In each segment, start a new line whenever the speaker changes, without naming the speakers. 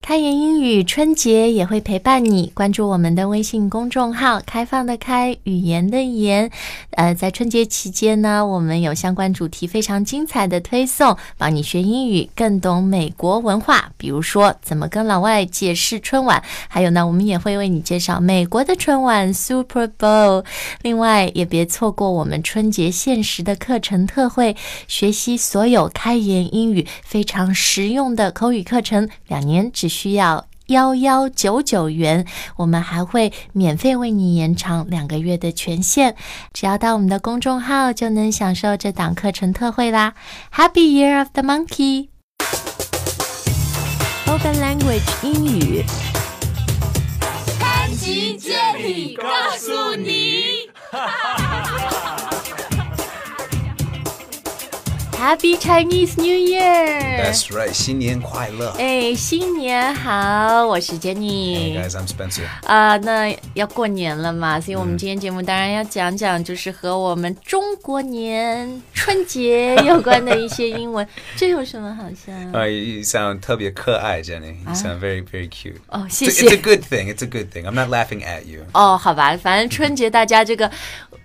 开言英语春节也会陪伴你。关注我们的微信公众号“开放的开，语言的言”。呃，在春节期间呢，我们有相关主题非常精彩的推送，帮你学英语，更懂美国文化。比如说，怎么跟老外解释春晚，还有呢，我们也会为你介绍美国的春晚 Super Bowl。另外，也别错过我们春节限时的课程特惠，学习所有开言英语非常实用的口语课程，两年只需要。幺幺九九元，我们还会免费为你延长两个月的权限，只要到我们的公众号就能享受这档课程特惠啦！Happy Year of the Monkey！
Open Language 英语。
潘吉接力告诉你
Happy Chinese New Year！
That's right，新年快乐。
哎，新年好，我是 Jenny。
Hey guys, I'm Spencer.
啊、那要过年了嘛，所以我们今天节目当然要讲讲，就是和我们中国年春节有关的一些英文，这有什么好笑？
Uh, you sound 特别可爱，Jenny. You sound very, very cute.
哦，谢
It's a, it's a
Oh。谢。
good thing. It's a good thing. I'm not laughing at you.
哦，好吧，反正春节大家这个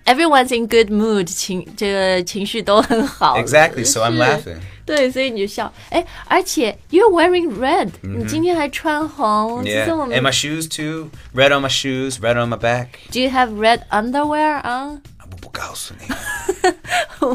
everyone's in good mood，情这个情绪都很好。
Exactly. So I'm
是
laughing.
对，所以你就笑。哎，而且 you're wearing red，、你今天还穿红，这
Yeah.
是我
And my
们。
shoes too. Red on my shoes. Red on my back.
Do you have red underwear on？
我不告诉你。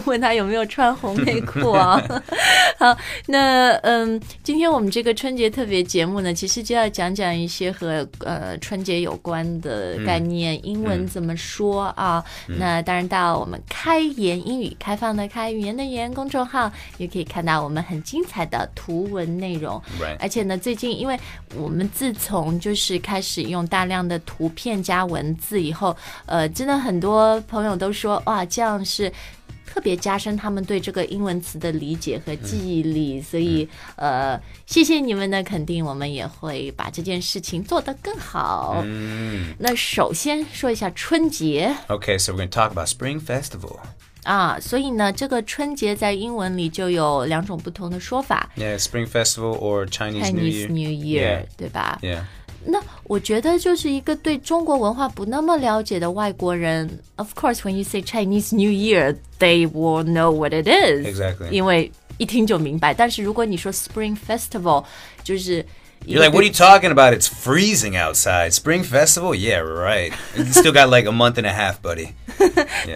问他有没有穿红内裤啊？ 好，那嗯，今天我们这个春节特别节目呢，其实就要讲讲一些和呃春节有关的概念，英文怎么说啊？那当然到我们开言英语开放的开语言的言公众号，也可以看到我们很精彩的图文内容。
Right
而且呢，最近因为我们自从就是开始用大量的图片加文字以后，呃，真的很多朋友都说哇，这样是。特别加深他们对这个英文词的理解和记忆
嗯
力，所以呃，谢谢你们的肯定，我们也会把这件事情做得更好。
嗯
那首先说一下春节
Okay, so we're going to talk about Spring Festival.
啊，所以呢，这个春节在英文里就有两种不同的说法
Yeah, Spring Festival or Chinese New
，Chinese
Year.
New Year，对吧？
Yeah.
那我觉得就是一个对中国文化不那么了解的外国人，Of course, when you say Chinese New Year, they will know what it is.
Exactly.
因为一听就明白。但是如果你说 Spring Festival，就是一
You're
个
like, what are you talking about? It's freezing outside. Spring Festival? Yeah, right. You still got like a month and a half, buddy.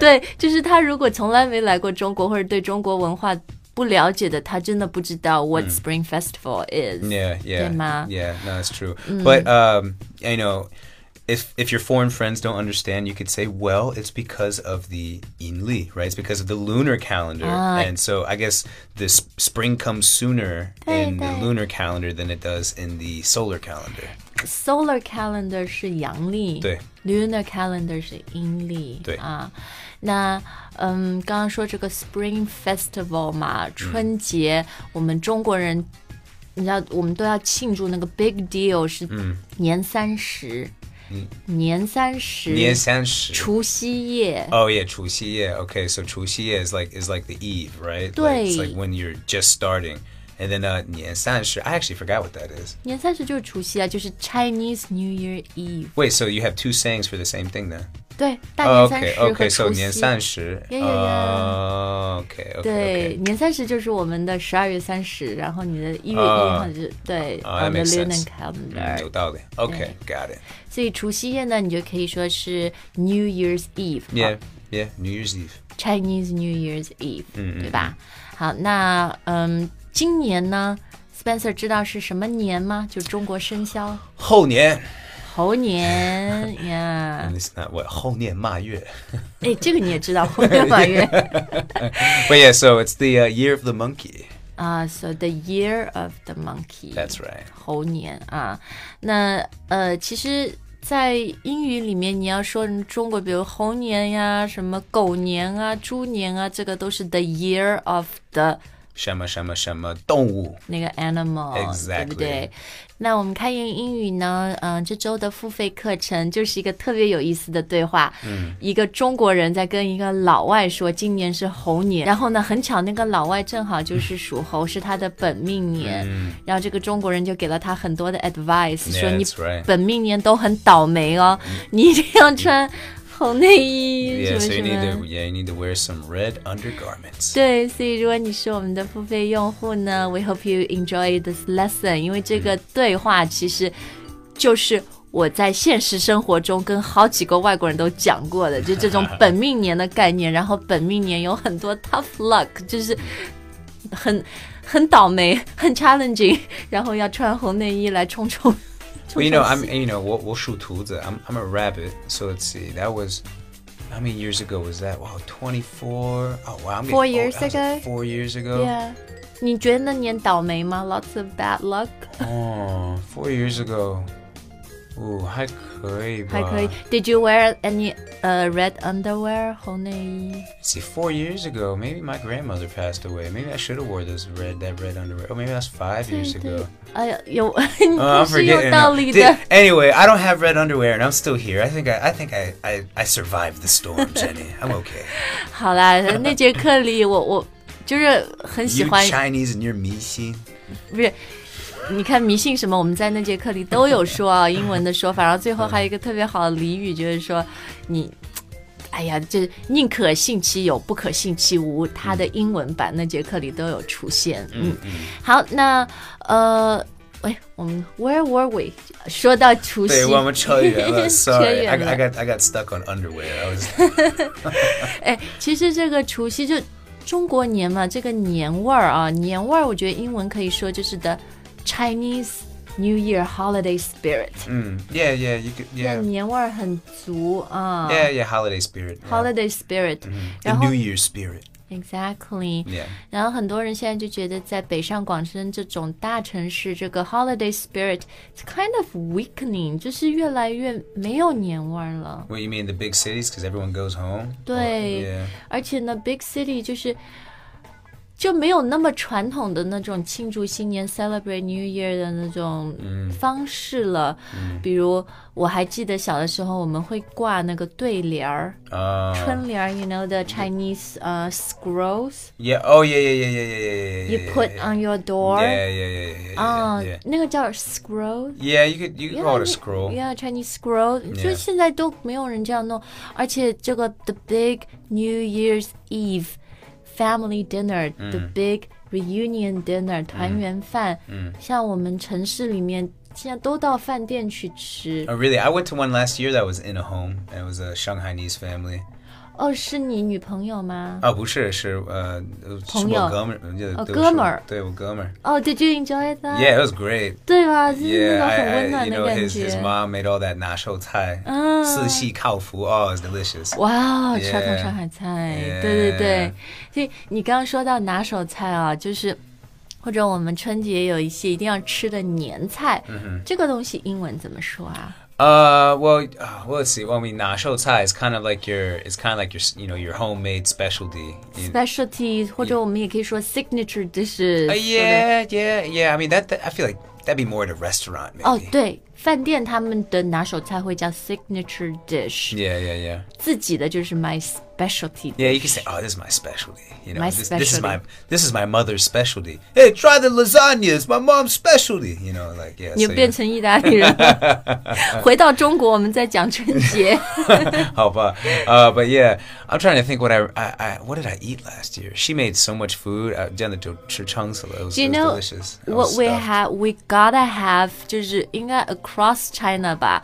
对，就是他如果从来没来过中国，或者对中国文化不了解的，他真的不知道 what Spring Festival is。
Yeah, yeah,
Tema.
yeah. No, that's true. But um, you know, if if your foreign friends don't understand, you could say, "Well, it's because of the Yinli, right? It's because of the lunar calendar." and so I guess this spring comes sooner in the lunar calendar than it does in the solar calendar.
Solar calendar 是阳历，
对
；lunar calendar 是阴历，
对
啊。那嗯，刚刚说这个 Spring Festival 嘛，
嗯
春节，我们中国人，你知道，我们都要庆祝那个 Big Deal 是
嗯
年三十，年三十，
年三十.
除夕夜，
Oh yeah, 除夕夜. Okay, so 除夕夜 is like is like the eve, right? Like, it's
对。
like when you're just starting. And then uh 年三十, I actually forgot what that is.
年三十就是除夕啊，就是 Chinese New Year Eve。
Wait, so you have two sayings for the same thing then?
对，大年
Oh,
三
okay,
十和除
okay, so
夕。
年三十
Yeah, yeah, yeah.
o k
对，
okay, okay.
年三十就是我们的十二月三十，然后你的一月一号
啊
就是、对、
啊
on the
，that makes
lunar
sense 嗯有
calendar。
道理。OK, got it.
所以除夕夜呢，你就可以说是 New Year's Eve，
Yeah,
好
yeah. New Year's Eve.
Chinese New Year's Eve，对
嗯
吧？好，那嗯，今年呢，Spencer 知道是什么年吗？就中国生肖
后年
猴年 呀
，and！it's not what 后年骂月。
哎，这个你也知道，猴 年马月
But yeah, so it's the、uh, year of the monkey.
啊。So the year of the monkey。
That's right.
猴年啊。那呃，其实，在英语里面，你要说中国，比如猴年呀、什么狗年啊、猪年啊，这个都是 the year of the
什么什么什么动物。
那个 animal，、对不
Exactly
对？那我们开源英语呢？嗯、这周的付费课程就是一个特别有意思的对话。嗯，一个中国人在跟一个老外说今年是猴年，然后呢，很巧那个老外正好就是属猴，是他的本命年。嗯，然后这个中国人就给了他很多的 advice，、
Yeah,
说你
that's right 嗯
本命年都很倒霉哦，你一定要穿红内衣什
Yeah, so
么
you
什么
need to。yeah, you need to wear some red undergarments.
对，所以如果你是我们的付费用户呢，we hope you enjoy this lesson，因为这个对话其实就是。我在现实生活中跟好几个外国人都讲过的，就这种本命年的概念，然后本命年有很多 tough luck，就是很很倒霉、很 challenging，然 后要穿红内衣来冲冲。
Well, you know, I'm you know, what what i I'm I'm a rabbit. So let's see. That was how many years ago was that? Wow, 24. Oh, wow. I'm
Four
getting old.
years
That was, like,
ago?
4 years ago.
yeah，你觉得那年倒霉吗？Lots of bad luck，
Oh, four years ago. Ooh, 还可以吧。
还可以。Did you wear any uh red underwear 红内衣？
See, four years ago, maybe my grandmother passed away. Maybe I should have wore this red, that red underwear. Oh, maybe that's five years ago.
哎呀，有，
Uh,
你
I'm
是有
forgetting.
道
now.
理
Di-
的。
anyway, I don't have red underwear, and I'm still here. I think I, I think I, I, I survived the storm, Jenny. I'm okay.
好啦，那节课里我我就是很喜
You
欢，
Chinese and you're Mixi.
不是。你看迷信什么，我们在那节课里都有说啊，英文的说法，然后最后还有一个特别好的俚语，就是说你，哎呀，就是宁可信其有，不可信其无。它的英文版那节课里都有出现。嗯，好，那呃，哎，我们 Where were we？说到除 夕，
对，我们扯远了。
扯
uh, Sorry,
远
I,
了
I。got I got stuck on underwear. I was
哎，其实这个除夕就中国年嘛，这个年味儿啊，年味儿，我觉得英文可以说就是 the Chinese New Year holiday spirit，、
mm, yeah yeah you could
那
yeah
年味儿很足啊。
yeah yeah holiday spirit yeah.
Holiday spirit，、
the
然后
New Year spirit
exactly，、
yeah
然后很多人现在就觉得在北上广深这种大城市，这个 holiday spirit it's kind of weakening，就是越来越没有年味儿了。
What you mean the big cities? Because everyone goes home.
对
Or- yeah.
而且呢，big city 就是就没有那么传统的那种庆祝新年 （celebrate New Year） 的那种
嗯
方式了。比如，我还记得小的时候，我们会挂那个对联儿、
Uh,
春联儿，you know the Chinese 呃、scrolls
yeah. Oh yeah yeah yeah yeah yeah yeah yeah.
you
yeah,
put
yeah,
on your door
Yeah yeah yeah yeah yeah, yeah.
啊
yeah.
那个叫 scroll。
Yeah, you could you could call it a
Yeah,
scroll.
Yeah, Chinese scroll，就
Yeah.
现在都没有人这样弄，而且这个 The Big New Year's Eve Family Dinner，The Big Reunion Dinner 团圆饭，像我们城市里面现在都到饭店去吃。
Oh really? I went to one last year that was in a home. And it was a Shanghainese family.
哦，是你女朋友吗？
Oh, 不是，是呃，
朋友。哦，哥们儿。
对我哥们儿。Yeah,
哦，Did you enjoy that？
it was great.
对吧？就是那
Yeah,
种
I,
很
I
温暖
you
的
know
感
his his
觉。
mom made all that 拿手菜，
嗯。
四喜靠福，Oh, it's delicious.
哇，哦
Yeah
传统上海菜
Yeah
对对对。所以你刚刚说到拿手菜啊，就是或者我们春节有一些一定要吃的年菜，
嗯
这个东西英文怎么说啊？
Uh, well, uh, well, let's see. Well, I mean, nasho is kind of like your, it's kind of like your, s- you know, your homemade specialty. you know.
specialty，或者我们也可以说 signature dishes，
Uh,
或者
yeah, yeah, yeah. I mean, that, that- I feel like that'd be more at a restaurant, maybe.
哦，对，饭店他们的拿手菜会叫 signature dish，
Yeah, yeah, yeah.
自己的就是 my specialty。
Yeah, you can say, "Oh, this is my specialty." You know,
My
this, this is
specialty.
my this is my mother's specialty. Hey, try the lasagna. It's my mom's specialty. You know, like yeah.
你
so
变成意大利人了。 回到中国，我们在讲春节。
help out. Uh, but yeah, I'm trying to think what I, I, I what did I eat last year? She made so much food. Uh, down the to Chichangsala. It was,
Do you
it was
know
delicious. I
what
was
we
stuffed.
have? We gotta have 就是应该 across China 吧。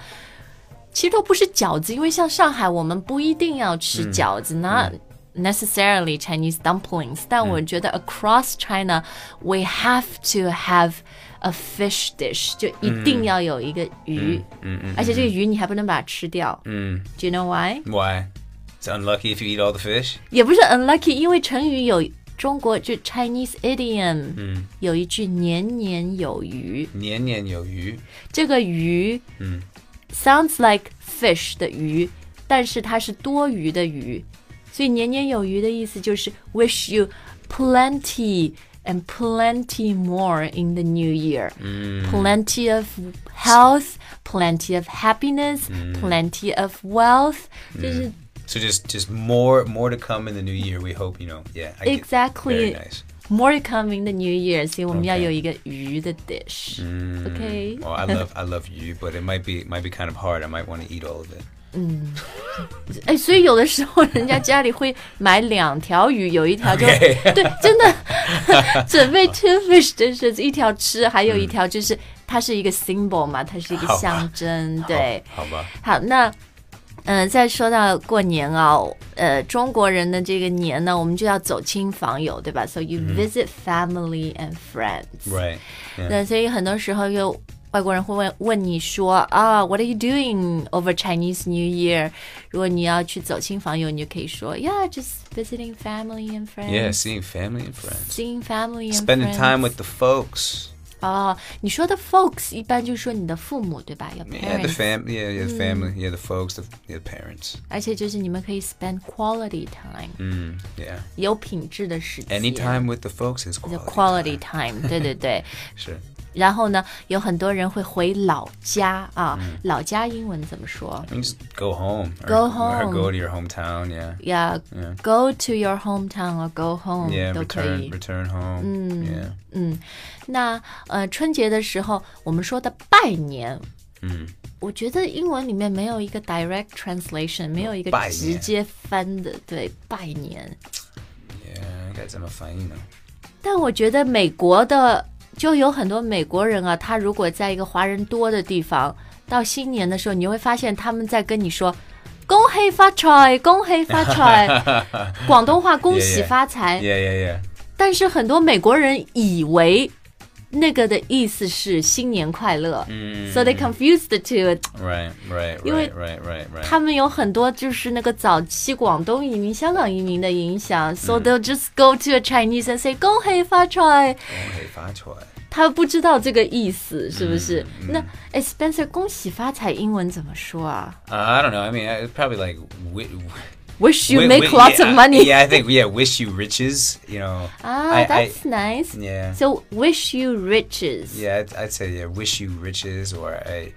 其实都不是饺子，因为像上海，我们不一定要
嗯
吃饺子呢。Not necessarily Chinese dumplings，但
嗯
我觉得 across China we have to have a fish dish，就一
嗯
定要有一个鱼，而且这个鱼你还不能把它吃掉。嗯，Do you know why？
Why? It's unlucky if you eat all the fish.
也不是 unlucky，因为成语有中国就 Chinese idiom，嗯，有一句年年有余。
Nian nian you yu.
这个鱼，嗯，sounds like fish 的鱼，但是它是多余的鱼，所以年年有余的意思就是 wish you plenty and plenty more in the new year. Plenty of health, plenty of happiness, plenty of wealth. 就是
So just just more more to come in the new year. We hope you know. Yeah. I get-
Exactly.
Very nice.
more come in the new year. 所以我们
Okay.
要有一个鱼的 dish。OK，
Well, I love I love you, but it might be might be kind of hard. I might want to eat all of it.
哎，所以有的时候人家家里会买两条鱼，有一条就
Okay.
对，真的 准备 two fish dishes，一条吃，还有一条就是、它是一个 symbol 嘛，它是一个
嗯好吧
象征，对。
好吧。
好，那嗯、呃再说到过年啊、呃，中国人的这个年呢，我们就要走亲访友，对吧？So you
嗯
visit family and friends、
Right. Yeah.
那所以很多时候又。外国人会问问你说啊、w h a t are you doing over Chinese New Year？如果你要去走亲访友，你就可以说，Yeah，just visiting family and friends。
Yeah, seeing family and friends.
Seeing family and
Spending
friends
time with the folks.
哦，你说的 folks 一般就是说你的父母对吧？有
Yeah, the
parents，Hmm.
fam yeah, yeah, the family, yeah, the folks, the, yeah, the parents.
而且就是你们可以 spend quality time，
Mm, yeah.
有品质的时间。
Any time with the folks is
the quality
quality. time.
time，对 对对。
Sure.
然后呢，有很多人会回老家啊，
嗯
老家英文怎么说
I mean, just go home. Or,
Go
Or
home.
go to your hometown, yeah.
？Yeah,
Yeah.
go to your hometown or go home
Yeah,
都可
return
以。
return home.
Hmm.
Yeah.
那呃，春节的时候我们说的拜年，
嗯，
我觉得英文里面没有一个 direct translation，没有一个
拜年
直接翻的，对，拜年。
Yeah, I got some fun, you know.
但我觉得美国的就有很多美国人啊，他如果在一个华人多的地方，到新年的时候，你会发现他们在跟你说“恭喜发财，恭喜发 财”，广东话“恭喜发财
Yeah, yeah, yeah.
但是很多美国人以为那个的意思是新年快乐、
Mm,
s o they confuse the two。
right, right,
You
right,
would-
right, right, right.
他们有很多就是那个早期广东移民、香港移民的影响、s o they'll just go to a Chinese and say 恭喜发财。
Oh, 恭喜发财。
他不知道这个意思，是不是？那哎，Spencer，恭喜发财英文怎么说啊
Uh, I don't know. I mean, I- it's probably like wi- wi-
？Wish you
wi-
make
wi-
lots
yeah,
of money.
Yeah, I think yeah, wish you riches. You know.
Ah,
I- I-
that's nice.
Yeah.
So wish you riches.
Yeah, I'd, I'd say yeah, wish you riches or I.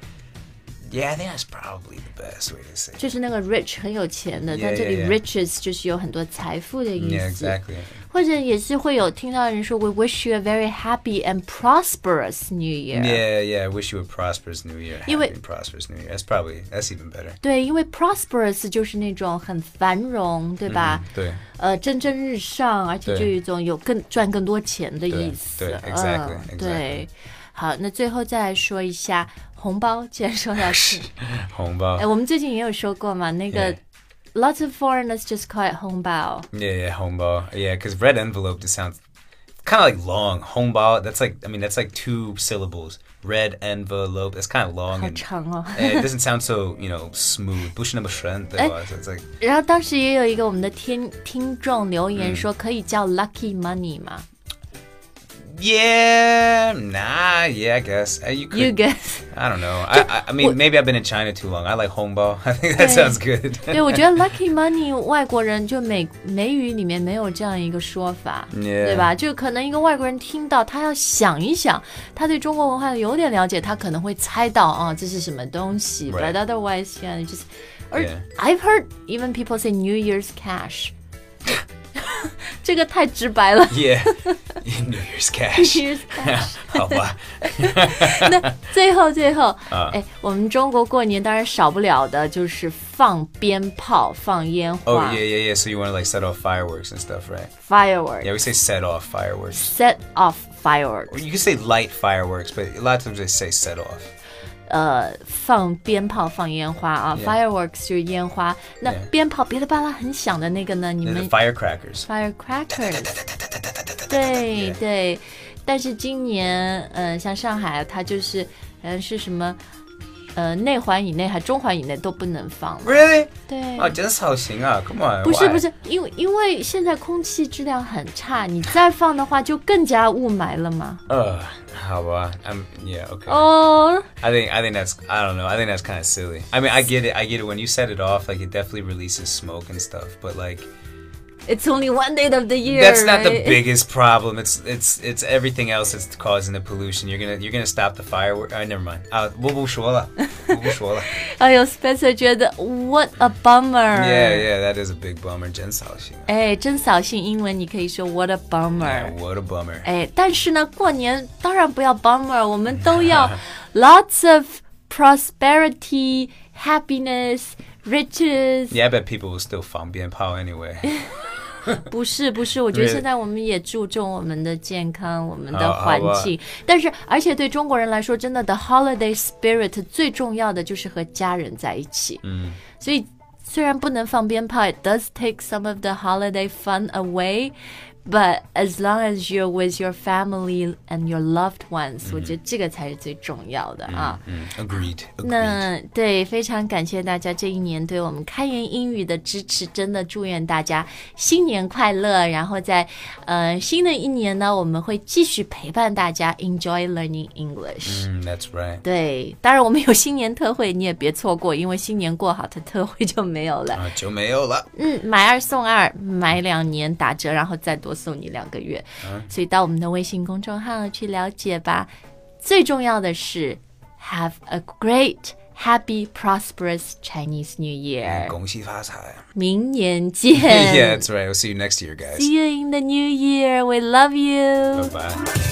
Yeah, I think that's probably the best way to say. it.
就是那个 rich 很有钱的，
Yeah,
在这里
yeah, yeah.
riches 就是有很多财富的意
Yeah,
思，
exactly.
或者也是会有听到人说 We wish you a very happy and prosperous New Year.
Yeah, yeah. I wish you a prosperous new year. Happy
You would-
and prosperous new year. That's probably that's even better.
对，因为 prosperous 就是那种很繁荣，对吧？
对
呃蒸蒸日上，而且
对
就有一种有更赚更多钱的意思。
对对，exactly，
嗯，对。好，那最后再来说一下红包，既然说到 是，哎，
红包.
我们最近也有说过嘛，那个
Yeah.
lots of foreigners just call it 红包。
Yeah, yeah, homeball. Yeah, because red envelope just sounds kind of like long. Homeball. That's like I mean that's like two syllables. Red envelope. That's kind of long
好
and.
长哦，
and it doesn't sound so, you know, smooth. 不是那么顺，对吧？So it's like
然后当时也有一个我们的听听众留
嗯
言说，可以叫 lucky money 吗
Yeah, nah, yeah, I guess. Uh, You could.
？You guess？
I don't know. I, I, I mean, maybe I've been in China too long. I like homeball. I think that
Hey.
sounds good.
对，我觉得 lucky money 外国人就美美语里面没有这样一个说法
Yeah
对吧？就可能一个外国人听到，他要想一想，他对中国文化有点了解，他可能会猜到啊这是什么东西。
Right
But otherwise, yeah, just. Or
Yeah
I've heard even people say New Year's cash 。 这个太直白了
yeah, New Year's
，New
cash.
Year's
Oh,
cash。
好吧。
最后，最后，
啊
哎，我们中国过年当然少不了的就是放鞭炮、放烟
Oh
花
yeah, yeah, yeah. So you want to like set off fireworks and stuff, right?
fireworks。
Yeah, we say set off fireworks.
set off
Or
fireworks，
you can say light fireworks, but a lot of times they say set off.
呃，放鞭炮、放烟花啊
Yeah.
fireworks 就是烟花。那
Yeah.
鞭炮，别的巴拉很响的那个呢？你
And the
们
firecrackers.
firecrackers，对
Yeah.
对。但是今年，呃，像上海，它就是，呃，是什么，呃，内环以内还中环以内都不能放了。
Really?
对。
Oh, just Come on.
不是
why?
不是，因为因为现在空气质量很差，你再放的话就更加雾霾了嘛。
Ugh, how about I'm yeah, okay.
Oh. 哦，
I think I think that's I don't know. I think that's kind of silly. I mean, I get it. I get it. When you set it off, like it definitely releases smoke and stuff. But like,
It's only one day of the year.
That's not the
right?
biggest problem. It's it's it's everything else that's causing the pollution. You're gonna you're gonna stop the firework. Uh, never mind. Uh, 我不说了。我不说了。
哎呦，Spencer 觉得 What a bummer！
yeah, yeah, that is a big bummer. 真扫兴啊。
哎，真扫兴。英文你可以说 What a
Yeah,
bummer。
what a bummer.
哎，但是呢，过年当然不要 bummer，我们都 要 lots of prosperity, happiness, riches。
Yeah, I bet people will still 放鞭炮 anyway.
不是不是，我觉得
Really？
现在我们也注重我们的健康、我们的
好好
环
吧
境，但是而且对中国人来说，真的的 holiday spirit 最重要的就是和家人在一起。嗯，所以虽然不能放鞭炮，it does take some of the holiday fun away。But as long as you're with your family and your loved ones，、我
嗯
觉得这个才是最重要的啊。
Mm, agreed. Agreed.
那对，非常感谢大家这一年对我们开源英语的支持，真的祝愿大家新年快乐。然后在呃新的一年呢，我们会继续陪伴大家，enjoy learning English。
Mm, that's right.
对，当然我们有新年特惠，你也别错过，因为新年过好，它特惠就没有了。
啊，就没有了。
嗯，买二送二，买两年打折，然后再多送你两个月。所以到我们的微信公众号去了解吧。最重要的是，Have a great, happy, prosperous Chinese New Year！
恭喜发财。
明年
yeah,
见
that's right. We'll see you next year, guys.
，See you in the New Year. We love you.
Bye bye.